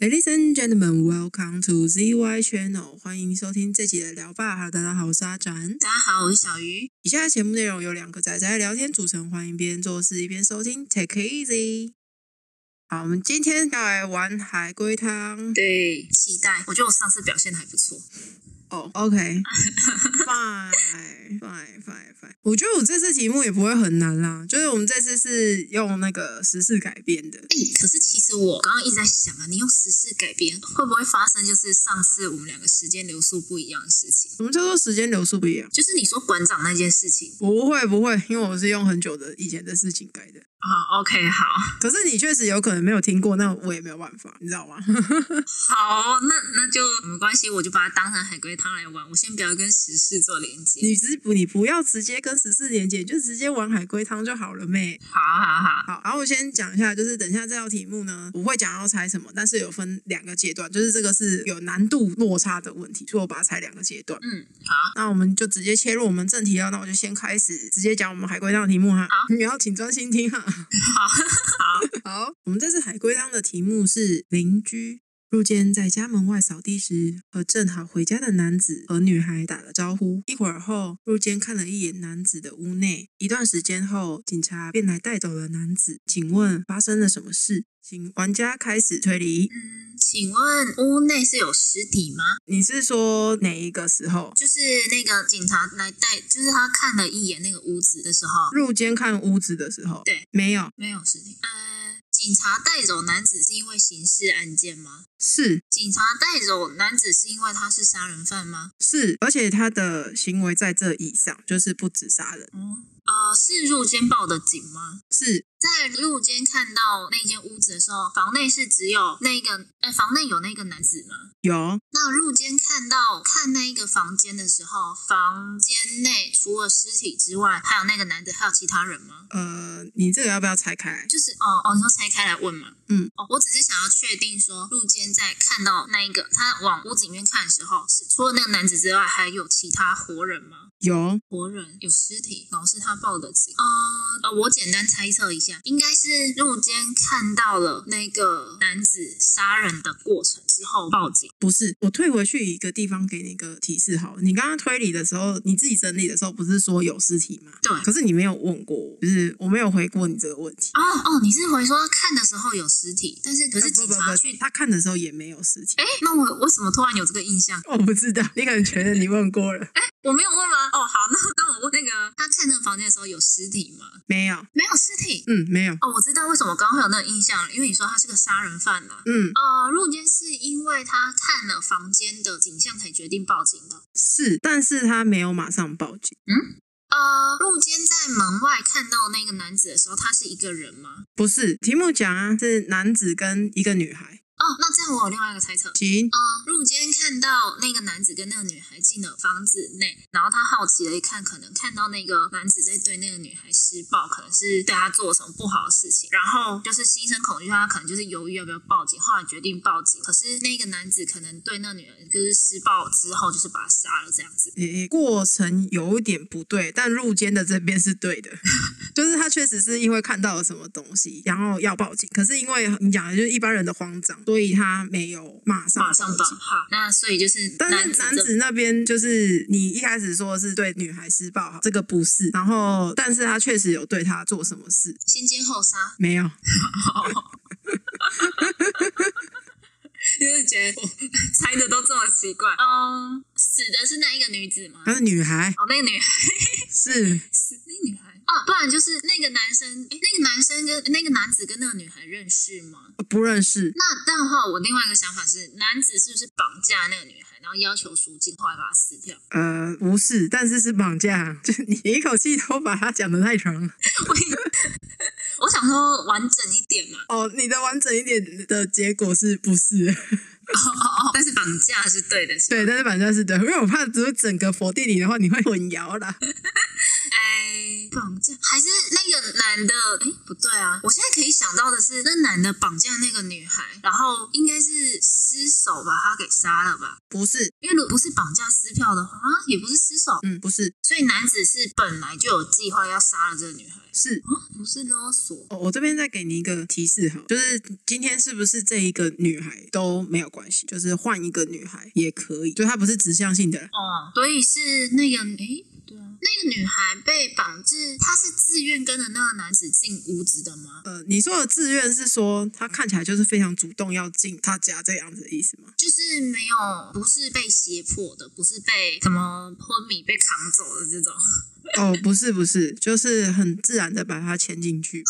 Ladies and gentlemen, welcome to ZY Channel，欢迎收听这集的聊吧。Hello，大家好，我是阿展。大家好，我是小鱼。以下的节目内容由两个仔仔聊天组成，欢迎边做事一边收听，Take it easy。好，我们今天要来玩海龟汤。对，期待。我觉得我上次表现的还不错。哦、o k fine, fine, fine, fine。我觉得我这次题目也不会很难啦，就是我们这次是用那个时事改编的。哎、可是其实我刚刚一直在想啊，你用时事改编会不会发生就是上次我们两个时间流速不一样的事情？什么叫做时间流速不一样？就是你说馆长那件事情不会不会，因为我是用很久的以前的事情改的。啊，OK，好，可是你确实有可能没有听过，那我也没有办法，你知道吗？ 好，那那就没关系，我就把它当成海龟汤来玩。我先不要跟时事做连接。你只不你不要直接跟十四连接，你就直接玩海龟汤就好了妹。好好好，好，然后我先讲一下，就是等一下这道题目呢，我会讲要猜什么，但是有分两个阶段，就是这个是有难度落差的问题，所以我把它拆两个阶段。嗯，好，那我们就直接切入我们正题了，那我就先开始直接讲我们海龟汤的题目哈。好你要请专心听哈。 好，好，好，我们这次海龟汤的题目是邻居。入间在家门外扫地时，和正好回家的男子和女孩打了招呼。一会儿后，入间看了一眼男子的屋内。一段时间后，警察便来带走了男子。请问发生了什么事？请玩家开始推理。嗯，请问屋内是有尸体吗？你是说哪一个时候？就是那个警察来带，就是他看了一眼那个屋子的时候，入间看屋子的时候？对，没有，没有事情。呃，警察带走男子是因为刑事案件吗？是警察带走男子是因为他是杀人犯吗？是，而且他的行为在这以上，就是不止杀人。嗯，呃，是入监报的警吗？是在入监看到那间屋子的时候，房内是只有那个，呃，房内有那个男子吗？有那入监看到看那一个房间的时候，房间内除了尸体之外，还有那个男子，还有其他人吗？呃，你这个要不要拆开来？就是哦哦，你说拆开来问嘛？嗯，哦，我只是想要确定说，入间在看到那一个他往屋子里面看的时候，是除了那个男子之外，还有其他活人吗？有活人有尸体，然后是他报的警。呃，呃我简单猜测一下，应该是入间看到了那个男子杀人的过程之后报警。不是，我退回去一个地方给你一个提示好了。你刚刚推理的时候，你自己整理的时候不是说有尸体吗？对，可是你没有问过我，就是我没有回过你这个问题。哦哦，你是回说看的时候有尸体，但是可是呃不警不察不，去，他看的时候也没有尸体。哎，那我为什么突然有这个印象？我不知道，你可能觉得你问过了，我没有问吗？哦，好，那那我问那个，他看那个房间的时候有尸体吗？没有，没有尸体。嗯，没有，哦，我知道为什么我刚刚会有那个印象了，因为你说他是个杀人犯呐、嗯，呃，入监是因为他看了房间的景象才决定报警的。是，但是他没有马上报警，呃，入监在门外看到那个男子的时候，他是一个人吗？不是。题目讲啊，是男子跟一个女孩，哦，那这样我有另外一个猜测。行，嗯，入间看到那个男子跟那个女孩进了房子内，然后他好奇的一看，可能看到那个男子在对那个女孩施暴，可能是对她做什么不好的事情，然后就是心生恐惧，他可能就是犹豫要不要报警，后来决定报警。可是那个男子可能对那女人就是施暴之后，就是把她杀了这样子。诶，过程有一点不对，但入监的这边是对的， 就是他确实是因为看到了什么东西，然后要报警，可是因为你讲的就是一般人的慌张，所以他没有马上马上报报警。好，那所以就是但是子男这子那边就是你一开始说是对女孩施暴，这个不是，然后但是他确实有对他做什么事，先奸后杀，没有， 就是觉得我 猜的都这么奇怪。嗯，死的是那一个女子吗？她是女孩，哦，那个女孩。是死那女孩啊，不然就是那个男生，诶那个男生跟那个男子跟那个女孩认识吗？不认识，那这样的话，我另外一个想法是，男子是不是绑架那个女孩，然后要求赎金，后来把她撕掉？呃，不是，但是是绑架， 就你一口气都把他讲的太长了。我想说完整一点嘛，哦，你的完整一点的结果是不是？ 哦， 但是绑架是对的，是吧？对，但是反正是对，因为我怕如果整个否定你的话，你会混淆啦。哎、绑架，还是那个男的？哎，不对啊！我现在可以想到的是，那男的绑架那个女孩，然后应该是失手把她给杀了吧？ 不是，因为如果不是绑架撕票的话，啊，也不是失手，嗯，不是，所以男子是本来就有计划要杀了这个女孩，是。啊，不是勒索。哦，我这边再给你一个提示哈，就是今天是不是这一个女孩都没有关系，就是换一个女孩也可以，就她不是指向性的啦。哦，所以是那个，诶，对啊，那个女孩被绑至，她是自愿跟着那个男子进屋子的吗？呃，你说的自愿是说她看起来就是非常主动要进他家这样子的意思吗？就是没有，不是被胁迫的，不是被什么昏迷被扛走的这种。哦，不是不是，就是很自然的把他牵进去。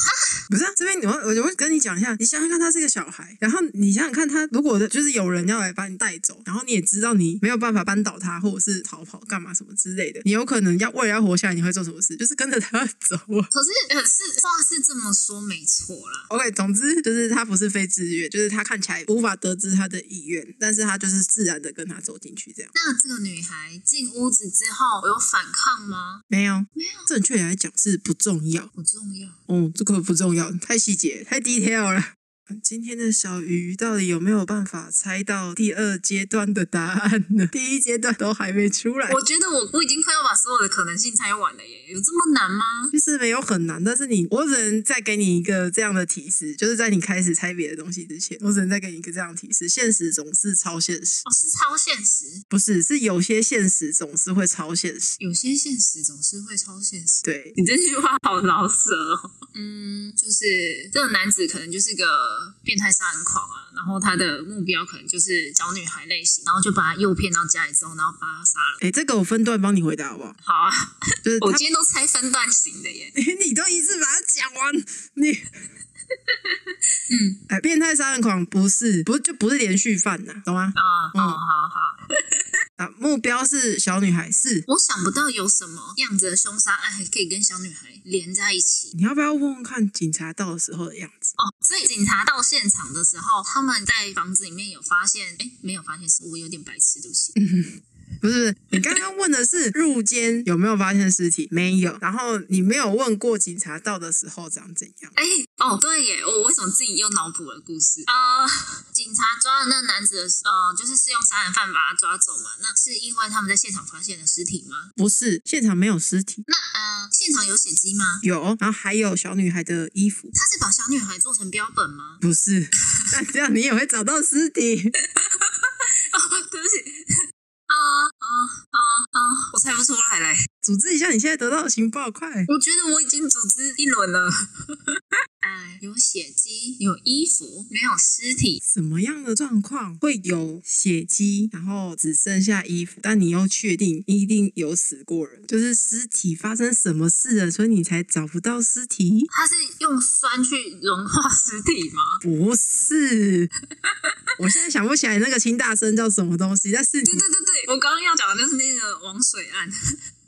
不是啊，这边你我我我跟你讲一下，你想想看，他是个小孩，然后你想想看，他如果就是有人要来把你带走，然后你也知道你没有办法扳倒他，或者是逃跑干嘛什么之类的，你有可能要为了要活下来，你会做什么事？就是跟着他 走啊。可是，可是话是这么说没错啦。 OK，总之就是他不是非自愿，就是他看起来无法得知他的意愿，但是他就是自然的跟他走进去这样。那这个女孩进屋子之后有反抗吗？没有，没有，正确来讲是不重要。不重要。哦，这个不重要，太细节，太 detail 了。今天的小鱼到底有没有办法猜到第二阶段的答案呢？ 第一阶段都还没出来，我觉得我我已经快要把所有的可能性猜完了耶，有这么难吗？其实没有很难，但是你，我只能再给你一个这样的提示，就是在你开始猜别的东西之前，我只能再给你一个这样的提示：现实总是超现实，哦，是超现实，不是，是有些现实总是会超现实。有些现实总是会超现实。对，你这句话好老舍哦。嗯，就是这个男子可能就是个变态杀人狂啊，然后他的目标可能就是小女孩类型，然后就把她诱骗到家里之后，然后把她杀了。哎，这个我分段帮你回答好不好？好啊，就是我他，今天都猜分段型的 耶。你都一次把它讲完，你。嗯，哎，变态杀人狂不是，不就不是连续犯呐、懂吗？啊、嗯哦，好好，啊，目标是小女孩，是我想不到有什么样子的凶杀案还可以跟小女孩连在一起。你要不要问问看警察到的时候的样子？哦，所以警察到现场的时候，他们在房子里面有发现，哎，没有发现，是我有点白痴，对不起。不是不是，你刚刚问的是入监有没有发现尸体？没有，然后你没有问过警察到的时候长怎样？哎、哦，对耶，我为什么自己又脑补了故事？呃，警察抓了那个男子的时，呃，就是是用杀人犯把他抓走嘛？那是因为他们在现场发现了尸体吗？不是，现场没有尸体，那呃，现场有血迹吗？有，然后还有小女孩的衣服。他是把小女孩做成标本吗？ 不是， 那这样你也会找到尸体。哦，对不起，啊啊啊啊！我猜不出来嘞，组织一下你现在得到的情报，快！我觉得我已经组织一轮了。 哎，有血迹，有衣服，没有尸体。什么样的状况会有血迹，然后只剩下衣服，但你又确定一定有死过人，就是尸体发生什么事了，所以你才找不到尸体？他是用酸去融化 尸体吗？不是， 我现在想不起来那个清大生叫什么东西，但是对对对对，我刚刚要讲的就是那个王水案，好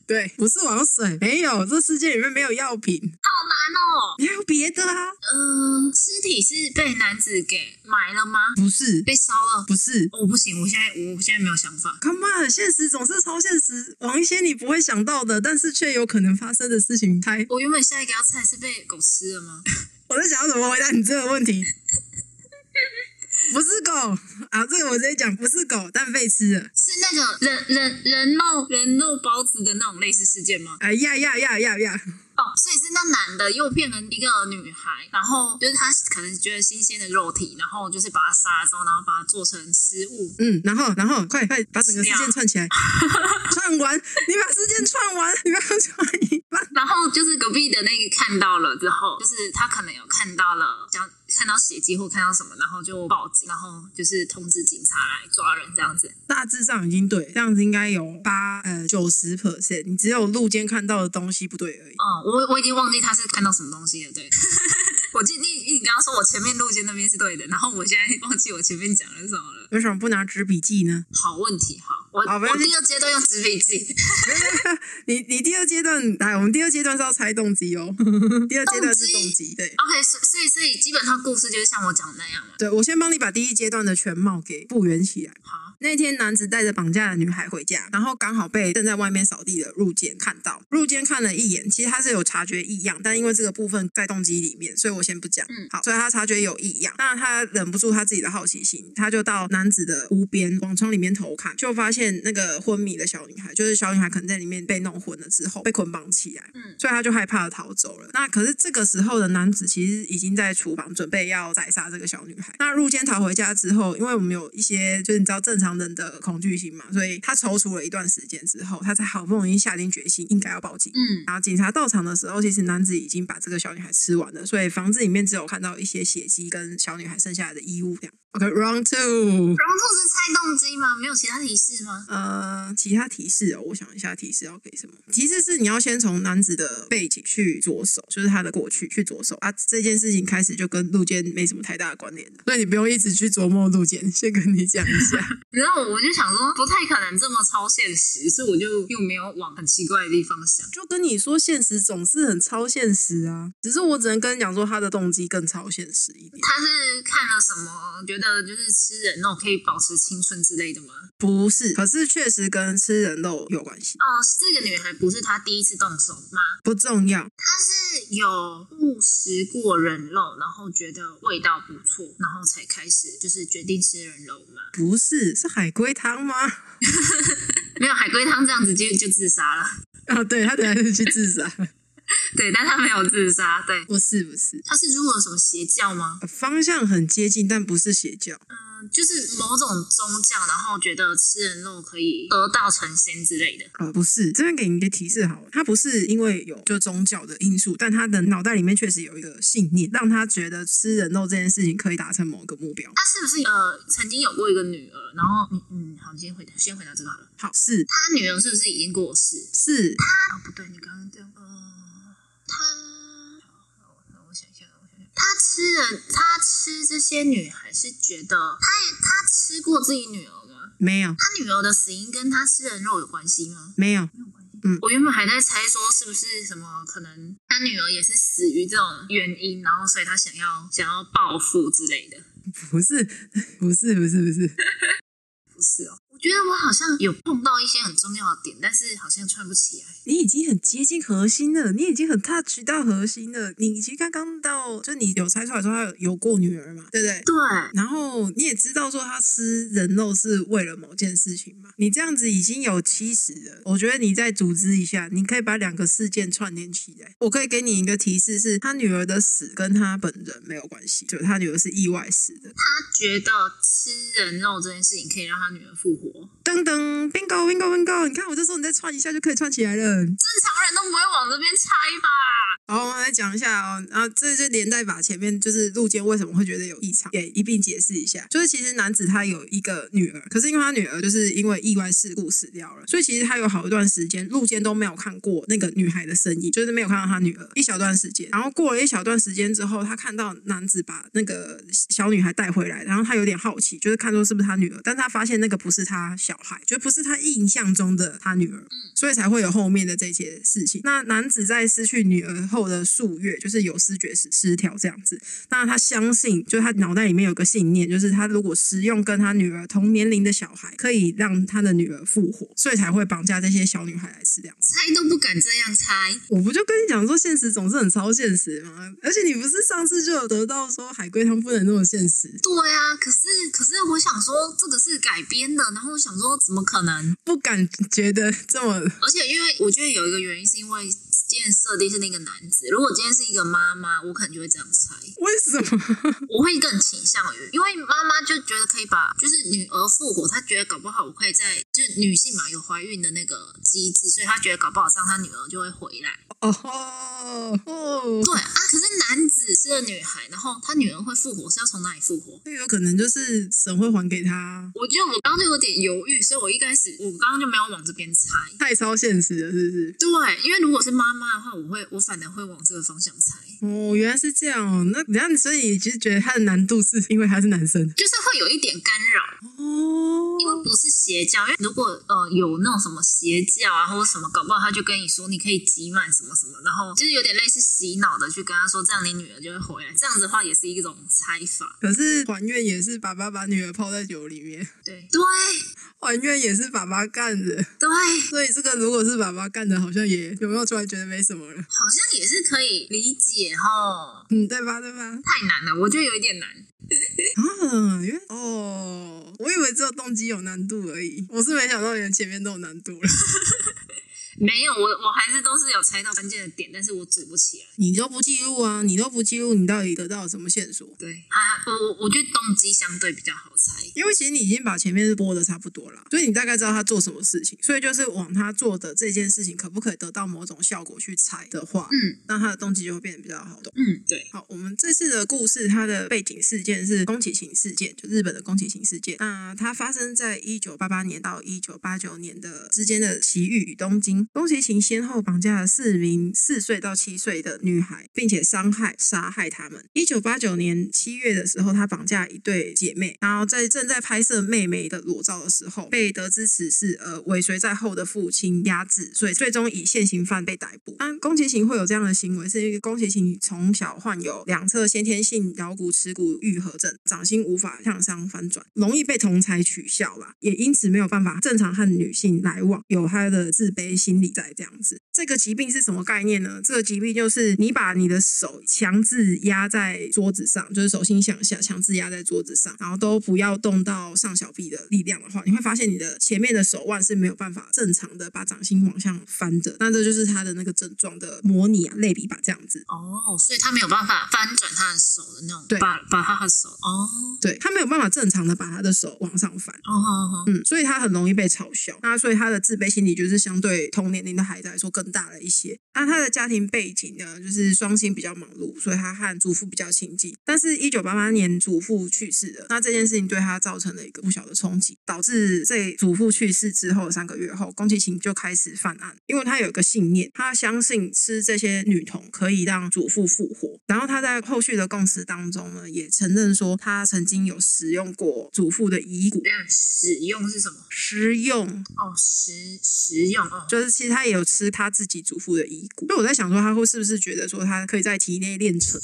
对，不是王水，没有，这世界里面没有药品，难哦。你还有别的啊？嗯、尸体是被男子给埋了吗？不是，被烧了？不是。哦，不行，我现在我现在没有想法。 Come on，现实总是超现实，往一些你不会想到的，但是却有可能发生的事情猜。我原本下一个要猜是被狗吃了吗？我在想要怎么回答你这个问题。不是狗啊，这个我直接讲，不是狗，但被吃了。是那个人人人肉人肉包子的那种类似事件吗？哎呀呀呀呀呀！哦，所以是那男的诱骗了一个女孩，然后就是他可能觉得新鲜的肉体，然后就是把他杀了之后，然后把它做成食物。嗯，然后然后快快把整个事是件啊串起 来，串完，你把事件串完，你把它串一半。然后就是隔壁的那个看到了之后，就是他可能有看到了，像看到血迹或看到什么，然后就报警，然后就是通知警察来抓人这样子。大致上已经对，这样子应该有八呃九十 percent，你只有路间看到的东西不对而已。哦，我我已经忘记他是看到什么东西了。对， 我记你你刚刚说我前面路肩那边是对的，然后我现在忘记我前面讲了什么了。为什么不拿纸笔记呢？好问题，好，我好没我关系第二阶段用纸笔记，你你第二阶段哎来，我们第二阶段是要猜动机哦，第二阶段是动动机机，对。 OK，所所以所以基本上故事就是像我讲的那样嘛。对，我先帮你把第一阶段的全貌给复原起来。好，那天男子带着绑架的女孩回家，然后刚好被正在外面扫地的入监看到。入监看了一眼，其实他是有察觉异样，但因为这个部分在动机里面，所以我先不讲。嗯好，所以他察觉有异样，那他忍不住他自己的好奇心，他就到男子的屋边往窗里面偷看，就发现那个昏迷的小女孩，就是小女孩可能在里面被弄昏了之后被捆绑起来，嗯所以他就害怕的逃走了。那可是这个时候的男子其实已经在厨房准备要宰杀这个小女孩。那入监逃回家之后，因为我们有一些就是你知道正常人的恐惧心嘛，所以他踌躇了一段时间之后，他才好不容易下定决心应该要报警。嗯然后警察到场的时候，其实男子已经把这个小女孩吃完了，所以房子里面只有看到一些血迹跟小女孩剩下来的衣物这样。OK，round、two，然后兔子猜动机吗？没有其他提示吗？呃，其他提示哦，我想一下提示要给什么？提示是你要先从男子的背景去着手，就是他的过去去着手啊。这件事情开始就跟陆坚没什么太大的关联了，所以你不用一直去琢磨陆坚，先跟你讲一下。然后我就想说，不太可能这么超现实，所以我就又没有往很奇怪的地方想。 就跟你说，现实总是很超现实啊，只是我只能跟你讲说他的动机更超现实一点。他是看了什么，觉得就是吃人肉可以保持青春之类的吗？不是，可是确实跟吃人肉有关系，哦，这个女孩不是他第一次动手吗？不重要。她是有误食过人肉，然后觉得味道不错，然后才开始就是决定吃人肉吗？不是，是海龟汤吗？ 没有海龟汤这样子就就自杀了，啊，对他等下就去自杀。 对，但她没有自杀，对，不是，不是，她是入了什么邪教吗？方向很接近，但不是邪教。嗯，就是某种宗教，然后觉得吃人肉可以得道成仙之类的。呃，不是，这边给你一个提示好了，他不是因为有就宗教的因素，但他的脑袋里面确实有一个信念，让他觉得吃人肉这件事情可以达成某个目标。她是不是呃曾经有过一个女儿？然后嗯嗯，好，你先回答，先回答这个好了。好，是她女儿是不是已经过世？是，啊，不对，你刚刚这样，呃，她，好那我想一下，我想一下，她吃了，她吃这些女孩是觉得她她吃过自己女儿吗？没有她女儿的死因跟她吃人肉有关系吗？没有，我原本还在猜说是不是什么可能他女儿也是死于这种原因，然后所以他想要想要报复之类的，不是不是不是不是，不是哦？我觉得我好像有碰到一些很重要的点，但是好像串不起来。你已经很接近核心了，你已经很 touch 到核心了。你其实刚刚到，就你有猜出来说他有有过女儿嘛，对不对？对，然后你也知道说他吃人肉是为了某件事情嘛？你这样子已经有七十了，我觉得你再组织一下，你可以把两个事件串联起来。我可以给你一个提示是，他女儿的死跟他本人没有关系，就他女儿是意外死的。他觉得吃人肉这件事情可以让他女儿复活，噔正噔，bingo bingo bingo，你看我这时候你再串一下就可以串起来了。常人都不会往这边猜吧？好，我们来讲一下哦，然后这就连带把前面就是陆坚为什么会觉得有异常，也一并解释一下。就是其实男子他有一个女儿，可是因为他女儿就是因为意外事故死掉了，所以其实他有好一段时间陆坚都没有看过那个女孩的身影，就是没有看到他女儿一小段时间。然后过了一小段时间之后，他看到男子把那个小女孩带回来，然后他有点好奇，就是看说是不是他女儿，但他发现那个不是他小孩，就不是他印象中的他女儿。所以才会有后面的这些事情。那男子在失去女儿后的数月，就是有失觉失失调这样子。那他相信，就是他脑袋里面有个信念，就是他如果食用跟他女儿同年龄的小孩，可以让他的女儿复活，所以才会绑架这些小女孩来吃这样子。猜都不敢这样猜，我不就跟你讲说，现实总是很超现实吗？而且你不是上次就有得到说海龟汤不能那么现实，对啊，可是可是我想说这个是改编的，然后我想说怎么可能？不敢觉得这么而且因为我觉得有一个原因是因为今天设定是那个男子，如果今天是一个妈妈，我可能就会这样猜，为什么？ 我会更倾向于，因为妈妈就觉得可以把就是女儿复活，她觉得搞不好我可以在就是女性嘛有怀孕的那个机制，所以她觉得搞不好这样她女儿就会回来。哦哦，对啊，可是男子是个女孩，然后她女儿会复活是要从哪里复活？那有可能就是神会还给他啊。我觉得我刚刚就有点犹豫，所以我一开始我刚刚就没有往这边猜。太超现实了，是不是？对，因为如果是妈妈的话，我会我反而会往这个方向猜。哦，原来是这样哦。那然后所以你其实觉得他的难度是因为他是男生就是会有一点干扰。哦，哦，因为不是邪教，因为如果呃有那种什么邪教啊或者什么，搞不好他就跟你说你可以集满什么什么，然后就是有点类似洗脑的去跟他说，这样你女儿就会回来。这样子的话也是一种猜法，可是还愿也是爸爸把女儿泡在酒里面，对对还愿也是爸爸干的，对，所以这个如果是爸爸干的，好像也有没有突然觉得没什么了？ 好像也是可以理解吼。嗯，对吧？对吧？太难了，我觉得有一点难。啊，原来哦，我以为只有动机有难度而已，我是没想到连前面都有难度了。没有，我我还是都是有猜到关键的点，但是我组不起来。你都不记录啊，你都不记录，你到底得到了什么线索？对啊，我我觉得动机相对比较好猜。因为其实你已经把前面是播的差不多了，所以你大概知道他做什么事情，所以就是往他做的这件事情可不可以得到某种效果去猜的话，嗯那他的动机就会变得比较好懂。嗯，对，好，我们这次的故事，它的背景事件是宫崎勤事件，就日本的宫崎勤事件。那它发生在一九八八年到一九八九年的之间的埼玉与东京。宫崎勤先后绑架了四名四岁到七岁的女孩，并且伤害、杀害她们。一九八九年七月的时候，他绑架一对姐妹，然后在正在拍摄妹妹的裸照的时候，被得知此事而尾随在后的父亲压制，所以最终以现行犯被逮捕。那宫崎勤会有这样的行为，是因为宫崎勤从小患有两侧先天性桡骨尺骨愈合症，掌心无法向上翻转，容易被同才取笑啦，也因此没有办法正常和女性来往，有他的自卑心理在这样子。这个疾病是什么概念呢？这个疾病就是你把你的手强制压在桌子上，就是手心向下强制压在桌子上，然后都不要动到上小臂的力量的话，你会发现你的前面的手腕是没有办法正常的把掌心往向翻的。那这就是它的那个症状的模拟啊，类比吧，这样子。哦，所以他没有办法翻转他的手的那种，对把把他的手，哦，对，他没有办法正常的把他的手往上翻。哦哦哦，嗯，所以他很容易被嘲笑。那所以他的自卑心理就是相对同年龄的孩子来说更大了一些。那他的家庭背景呢，就是双亲比较忙碌，所以他和祖父比较亲近。但是，一九八八年祖父去世了，那这件事情对他造成了一个不小的冲击，导致在祖父去世之后三个月后，宫崎勤就开始犯案，因为他有一个信念，他相信吃这些女童可以让祖父复活。然后他在后续的供词当中呢，也承认说他曾经有使用过祖父的遗骨。那使用是什么？食用哦，食食用哦，就是其实他也有吃他自己祖父的遗骨，所以我在想说，他会是不是觉得说他可以在体内练成？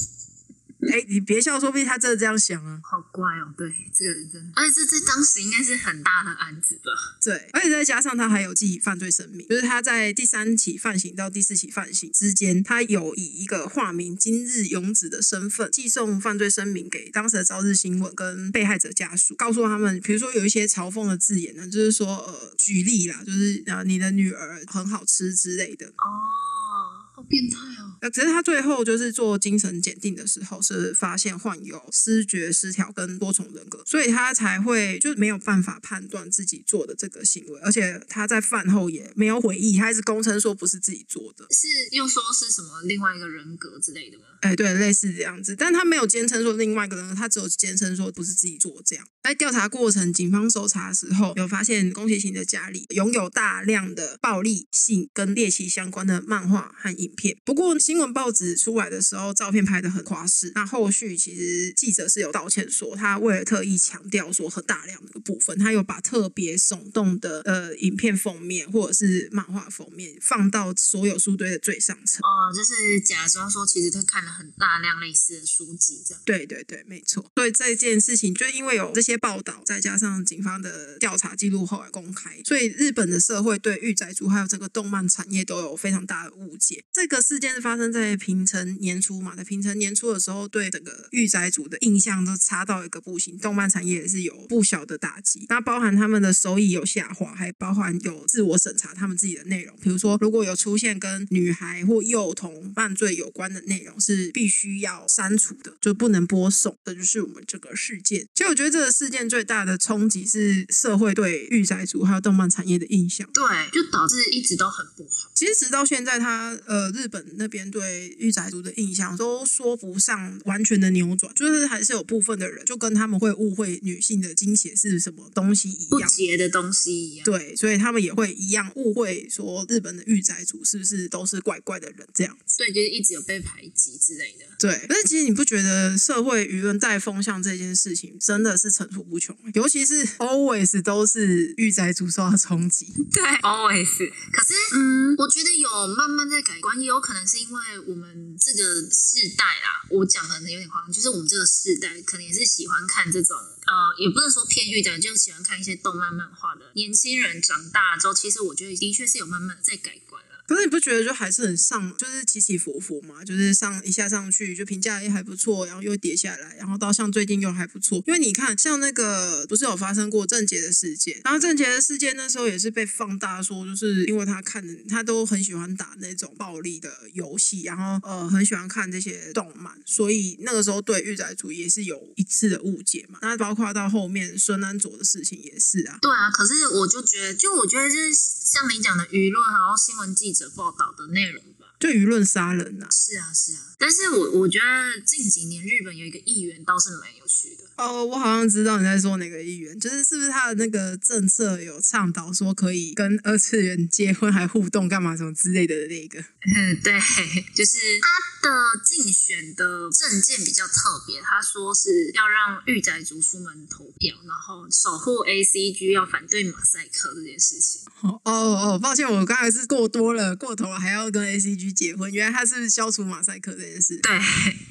哎，你别笑，说不定他真的这样想啊。好怪哦，对，这个人真的，而且这这当时应该是很大的案子吧？对，而且再加上他还有记忆犯罪声明，就是他在第三起犯行到第四起犯行之间，他有以一个化名今日勇子的身份寄送犯罪声明给当时的《朝日新闻》跟被害者家属，告诉他们，比如说有一些嘲讽的字眼呢，就是说呃，举例啦，就是啊，呃你的女儿很好吃之类的，哦，好变态哦，那只是他最后就是做精神鉴定的时候，是发现患有失觉失调跟多重人格，所以他才会就没有办法判断自己做的这个行为，而且他在饭后也没有回忆，他一直供称说不是自己做的。是又说是什么另外一个人格之类的吗？哎，对，类似这样子，但他没有坚称说另外一个人，他只有坚称说不是自己做这样。在调查过程，警方搜查的时候，有发现宫崎勤的家里拥有大量的暴力、性跟猎奇相关的漫画和影片。不过新闻报纸出来的时候，照片拍得很夸饰。那后续其实记者是有道歉说，他为了特意强调说很大量的部分，他有把特别耸动的呃影片封面或者是漫画封面放到所有书堆的最上层。哦，就是假装说其实他看了很大量类似的书籍这样。对对对，没错。所以这件事情就因为有这些报道，再加上警方的调查记录后来公开，所以日本的社会对御宅族还有整个动漫产业都有非常大的误解。这个事件是发生在平成年初嘛，在平成年初的时候，对整个御宅族的印象都差到一个不行，动漫产业也是有不小的打击。那包含他们的收益有下滑，还包含有自我审查他们自己的内容，比如说如果有出现跟女孩或幼童犯罪有关的内容，是必须要删除的，就不能播送。这就是我们这个事件。其实我觉得这个事件最大的冲击是社会对御宅族还有动漫产业的印象。对，就导致一直都很不好。其实直到现在他，呃日本那边人对御宅族的印象都说不上完全的扭转，就是还是有部分的人就跟他们会误会女性的经血是什么东西一不样。洁的东西一样。对，所以他们也会一样误会说日本的御宅族是不是都是怪怪的人这样子？所以就是一直有被排挤之类的。对，但是其实你不觉得社会舆论带风向这件事情真的是层出不穷、欸尤其是 always 都是御宅族受到冲击。对，always。可是，嗯，我觉得有慢慢在改观，也有可能是因为我们这个世代啦，我讲可能有点夸张，就是我们这个世代可能也是喜欢看这种，呃，也不能说偏欲的，就是喜欢看一些动漫漫画的年轻人长大之后，其实我觉得的确是有慢慢在改观了。可是你不觉得就还是很上，就是起起伏伏嘛，就是上一下上去就评价也还不错，然后又跌下来，然后到像最近又还不错。因为你看，像那个不是有发生过郑杰的事件，然后郑杰的事件那时候也是被放大说，就是因为他看的他都很喜欢打那种暴力的游戏，然后呃很喜欢看这些动漫，所以那个时候对御宅族也是有一次的误解嘛。那包括到后面孙安卓的事情也是啊，对啊，可是我就觉得，就我觉得就是像你讲的舆论，然后新闻记者报道的内容吧。就舆论杀人啊。是啊，是啊。但是我我觉得近几年日本有一个议员倒是蛮有趣的，哦，我好像知道你在说哪个议员，就是是不是他的那个政策有倡导说可以跟二次元结婚还互动干嘛什么之类的那个？嗯，对， 就是他的竞选的证件比较特别，他说是要让御宅族出门投票，然后守护 A C G，要反对马赛克这件事情。哦哦，抱歉，我刚才是过多了，过头了，还要跟 A C G 结婚，原来他是消除马赛克这件事。对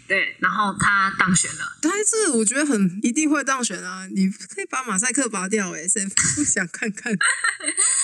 对，然后他当选了。但是这个我觉得很一定会当选啊！你可以把马赛克拔掉、欸，哎，谁不想看看？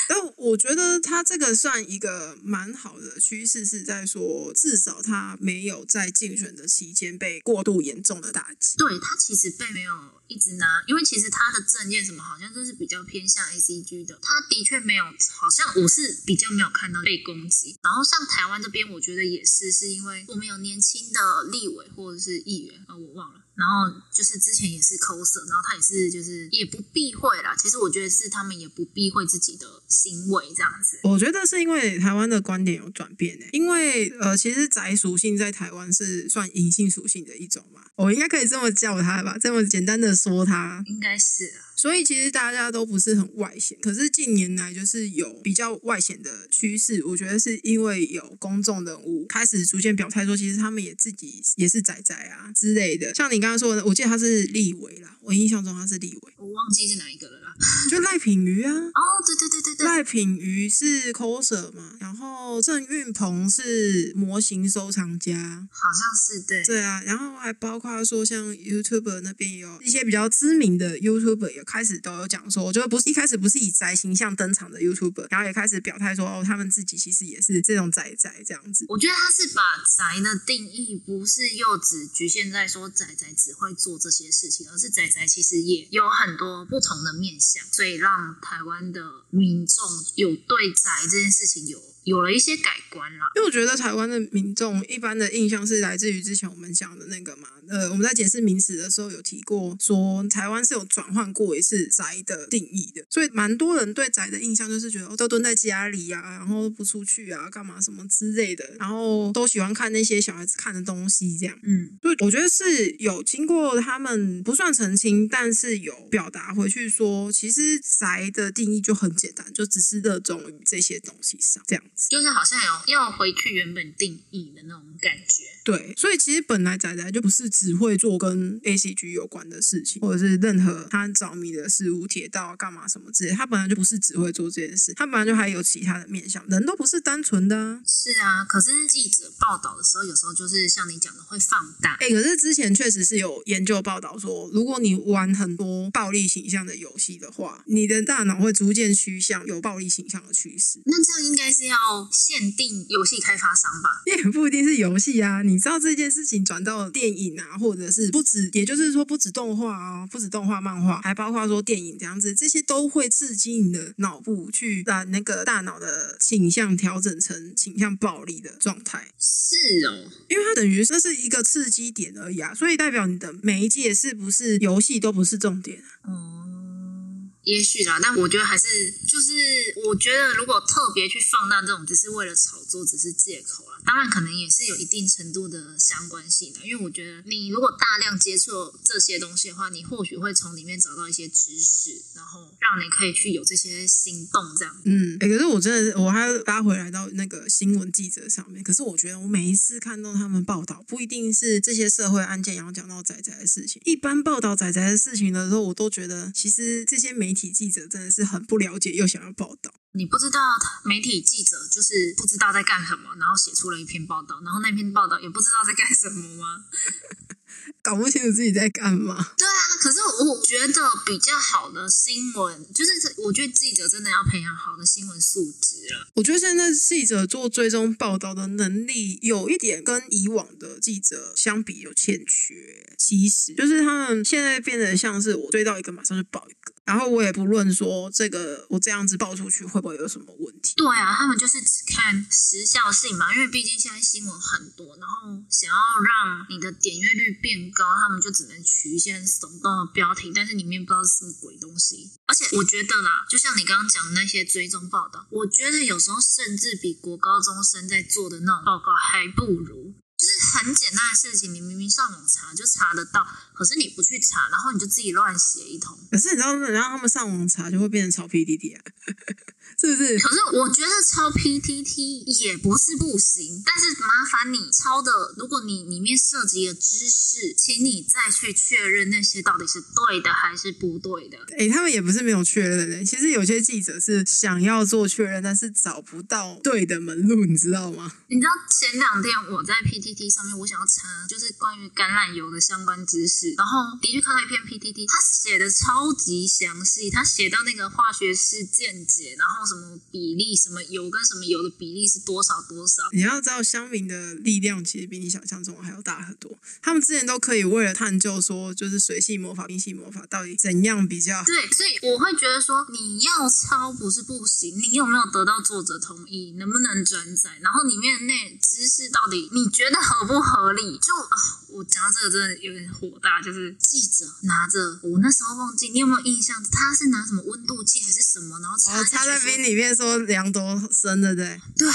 但我觉得他这个算一个蛮好的趋势，是在说至少他没有在竞选的期间被过度严重的打击。对他其实并没有一直拿，因为其实他的证件什么好像都是比较偏向 A C G 的，他的确没有，好像我是比较没有看到被攻击。然后像台湾这边，我觉得也是，是因为我们有年轻的立委或者是议员，呃，我忘了。然后就是之前也是抠色，然后他也是就是也不避讳啦。其实我觉得是他们也不避讳自己的行为这样子。我觉得是因为台湾的观点有转变诶，因为呃，其实宅属性在台湾是算隐性属性的一种嘛，我应该可以这么叫它吧，这么简单的说它。应该是啊，所以其实大家都不是很外显，可是近年来就是有比较外显的趋势，我觉得是因为有公众人物开始逐渐表态说，其实他们也自己也是宅宅啊之类的。像你刚刚说的，我记得他是立委啦，我印象中他是立委，我忘记是哪一个了啦。就赖品瑜啊，哦，对对对对对，赖品瑜是 coser 嘛，然后郑运鹏是模型收藏家，好像是对。对啊，然后还包括说像 YouTube 那边也有一些比较知名的 YouTube 也开始都有讲说，就是不是一开始不是以宅形象登场的 YouTube，然后也开始表态说哦，他们自己其实也是这种宅宅这样子。我觉得他是把宅的定义不是又只局限在说宅宅只会做这些事情，而是宅宅其实也有很多不同的面向，所以让台湾的民众有对宅这件事情有有了一些改观啦。因为我觉得台湾的民众一般的印象是来自于之前我们讲的那个嘛，呃，我们在解释名词的时候有提过，说台湾是有转换过一次宅的定义的，所以蛮多人对宅的印象就是觉得哦，都蹲在家里呀、然后不出去啊，干嘛什么之类的，然后都喜欢看那些小孩子看的东西这样。嗯，对，我觉得是有经过他们不算澄清，但是有表达回去说，其实宅的定义就很简单，就只是热衷于这些东西上这样子。就是好像有要回去原本定义的那种感觉。对，所以其实本来宅宅就不是只会做跟 A C G 有关的事情，或者是任何他着迷的事物、铁道啊干嘛什么之类的，他本来就不是只会做这件事，他本来就还有其他的面向，人都不是单纯的、啊。是啊，可是记者报道的时候，有时候就是像你讲的会放大。哎、可是之前确实是有研究报道说，如果你玩很多暴力形象的游戏的话，你的大脑会逐渐趋向有暴力形象的趋势。那这样应该是要限定游戏开发商吧？也不一定是游戏啊，你知道这件事情转到电影啊，或者是不止，也就是说不止动画啊，不止动画、漫画，还包括说电影这样子，这些都会刺激你的脑部去把那个大脑的倾向调整成倾向暴力的状态。是哦，因为它等于这是一个刺激点而已啊，所以代表你的媒介是不是游戏都不是重点啊、哦，也许啦，但我觉得还是就是，我觉得如果特别去放大这种，只是为了炒作，只是借口啦。当然，可能也是有一定程度的相关性的，因为我觉得你如果大量接触这些东西的话，你或许会从里面找到一些知识，然后让你可以去有这些心动这样。嗯，哎、可是我真的是，我还要拉回来到那个新闻记者上面。可是我觉得，我每一次看到他们报道，不一定是这些社会案件，然后讲到仔仔的事情。一般报道仔仔的事情的时候，我都觉得，其实这些媒体记者真的是很不了解，又想要报道。你不知道他媒体记者就是不知道在干什么，然后写出了一篇报道，然后那篇报道也不知道在干什么吗？搞不清楚自己在干嘛。对啊，可是我觉得比较好的新闻，就是我觉得记者真的要培养好的新闻素质啊了。我觉得现在记者做追踪报道的能力，有一点跟以往的记者相比有欠缺。其实就是他们现在变得像是我追到一个马上就报一个，然后我也不论说这个我这样子报出去会不会有什么问题。对啊，他们就是只看时效性嘛，因为毕竟现在新闻很多，然后想要让你的点阅率变高，他们就只能取一些很耸动的标题，但是里面不知道是什么鬼东西。而且我觉得啦，就像你刚刚讲的那些追踪报道，我觉得有时候甚至比国高中生在做的那种报告还不如。就是很简单的事情，你明明上网查就查得到，可是你不去查，然后你就自己乱写一通。可是你知道，然后他们上网查就会变成炒 PDD 啊，是不是？可是我觉得抄 PPT 也不是不行，但是麻烦你抄的，如果你里面涉及的知识，请你再去确认那些到底是对的还是不对的。诶、他们也不是没有确认的、其实有些记者是想要做确认，但是找不到对的门路，你知道吗？你知道前两天我在 PTT 上面，我想要查就是关于橄榄油的相关知识，然后的确看到一篇 PTT，他写的超级详细，他写到那个化学式见解，然后什么比例，什么油跟什么油的比例是多少多少，你要知道，乡民的力量其实比你想象中还要大很多。他们之前都可以为了探究说，就是水系魔法、冰系魔法到底怎样比较好。对，啊所以我会觉得说，你要抄不是不行，你有没有得到作者同意，能不能转载，然后里面的那知识到底你觉得合不合理？就啊，我讲到这个真的有点火大，就是记者拿着，我那时候忘记你有没有印象，他是拿什么温度计还是什么，然后插哦，插在下去说冰里面说量多深，对不对？对，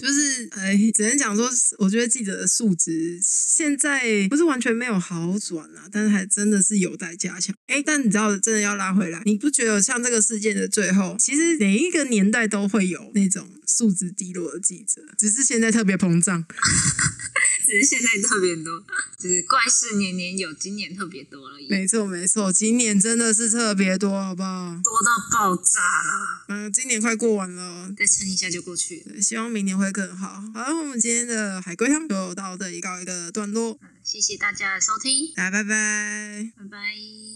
就是哎，只能讲说，我觉得记者的素质现在不是完全没有好转啊，但是还真的是有待加强。哎，但你知道，真的要拉回来，你不觉得像这个事件的最后，其实每一个年代都会有那种素质低落的记者，只是现在特别膨胀。只是现在特别多，就是怪事年年有，今年特别多而已，没错，没错，今年真的是特别多，好不好？多到爆炸了，嗯，今年快过完了。再撑一下就过去了。对希望明年会更好。好了，我们今天的海龟汤就到这里告一个段落，谢谢大家的收听，大家拜拜。拜拜。